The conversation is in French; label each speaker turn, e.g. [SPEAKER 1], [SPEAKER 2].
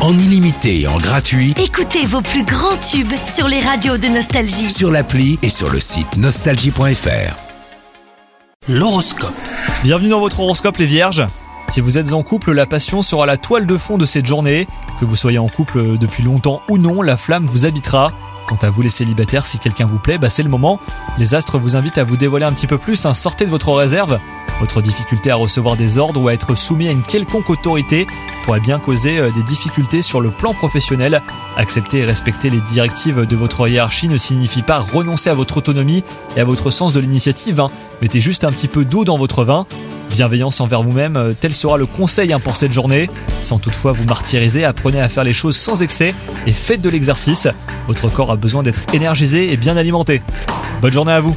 [SPEAKER 1] en illimité et en gratuit
[SPEAKER 2] Écoutez vos plus grands tubes sur les radios de Nostalgie.
[SPEAKER 1] sur l'appli et sur le site nostalgie.fr. L'horoscope.
[SPEAKER 3] Bienvenue dans votre horoscope les vierges. Si vous êtes en couple, la passion sera la toile de fond de cette journée. Que vous soyez en couple euh, depuis longtemps ou non, la flamme vous habitera. Quant à vous les célibataires, si quelqu'un vous plaît, bah c'est le moment. Les astres vous invitent à vous dévoiler un petit peu plus, hein. sortez de votre réserve. Votre difficulté à recevoir des ordres ou à être soumis à une quelconque autorité pourrait bien causer euh, des difficultés sur le plan professionnel. Accepter et respecter les directives de votre hiérarchie ne signifie pas renoncer à votre autonomie et à votre sens de l'initiative. hein. Mettez juste un petit peu d'eau dans votre vin. Bienveillance envers vous-même, euh, tel sera le conseil hein, pour cette journée. Sans toutefois vous martyriser, apprenez à faire les choses sans excès et faites de l'exercice. Votre corps a besoin d'être énergisé et bien alimenté. Bonne journée à vous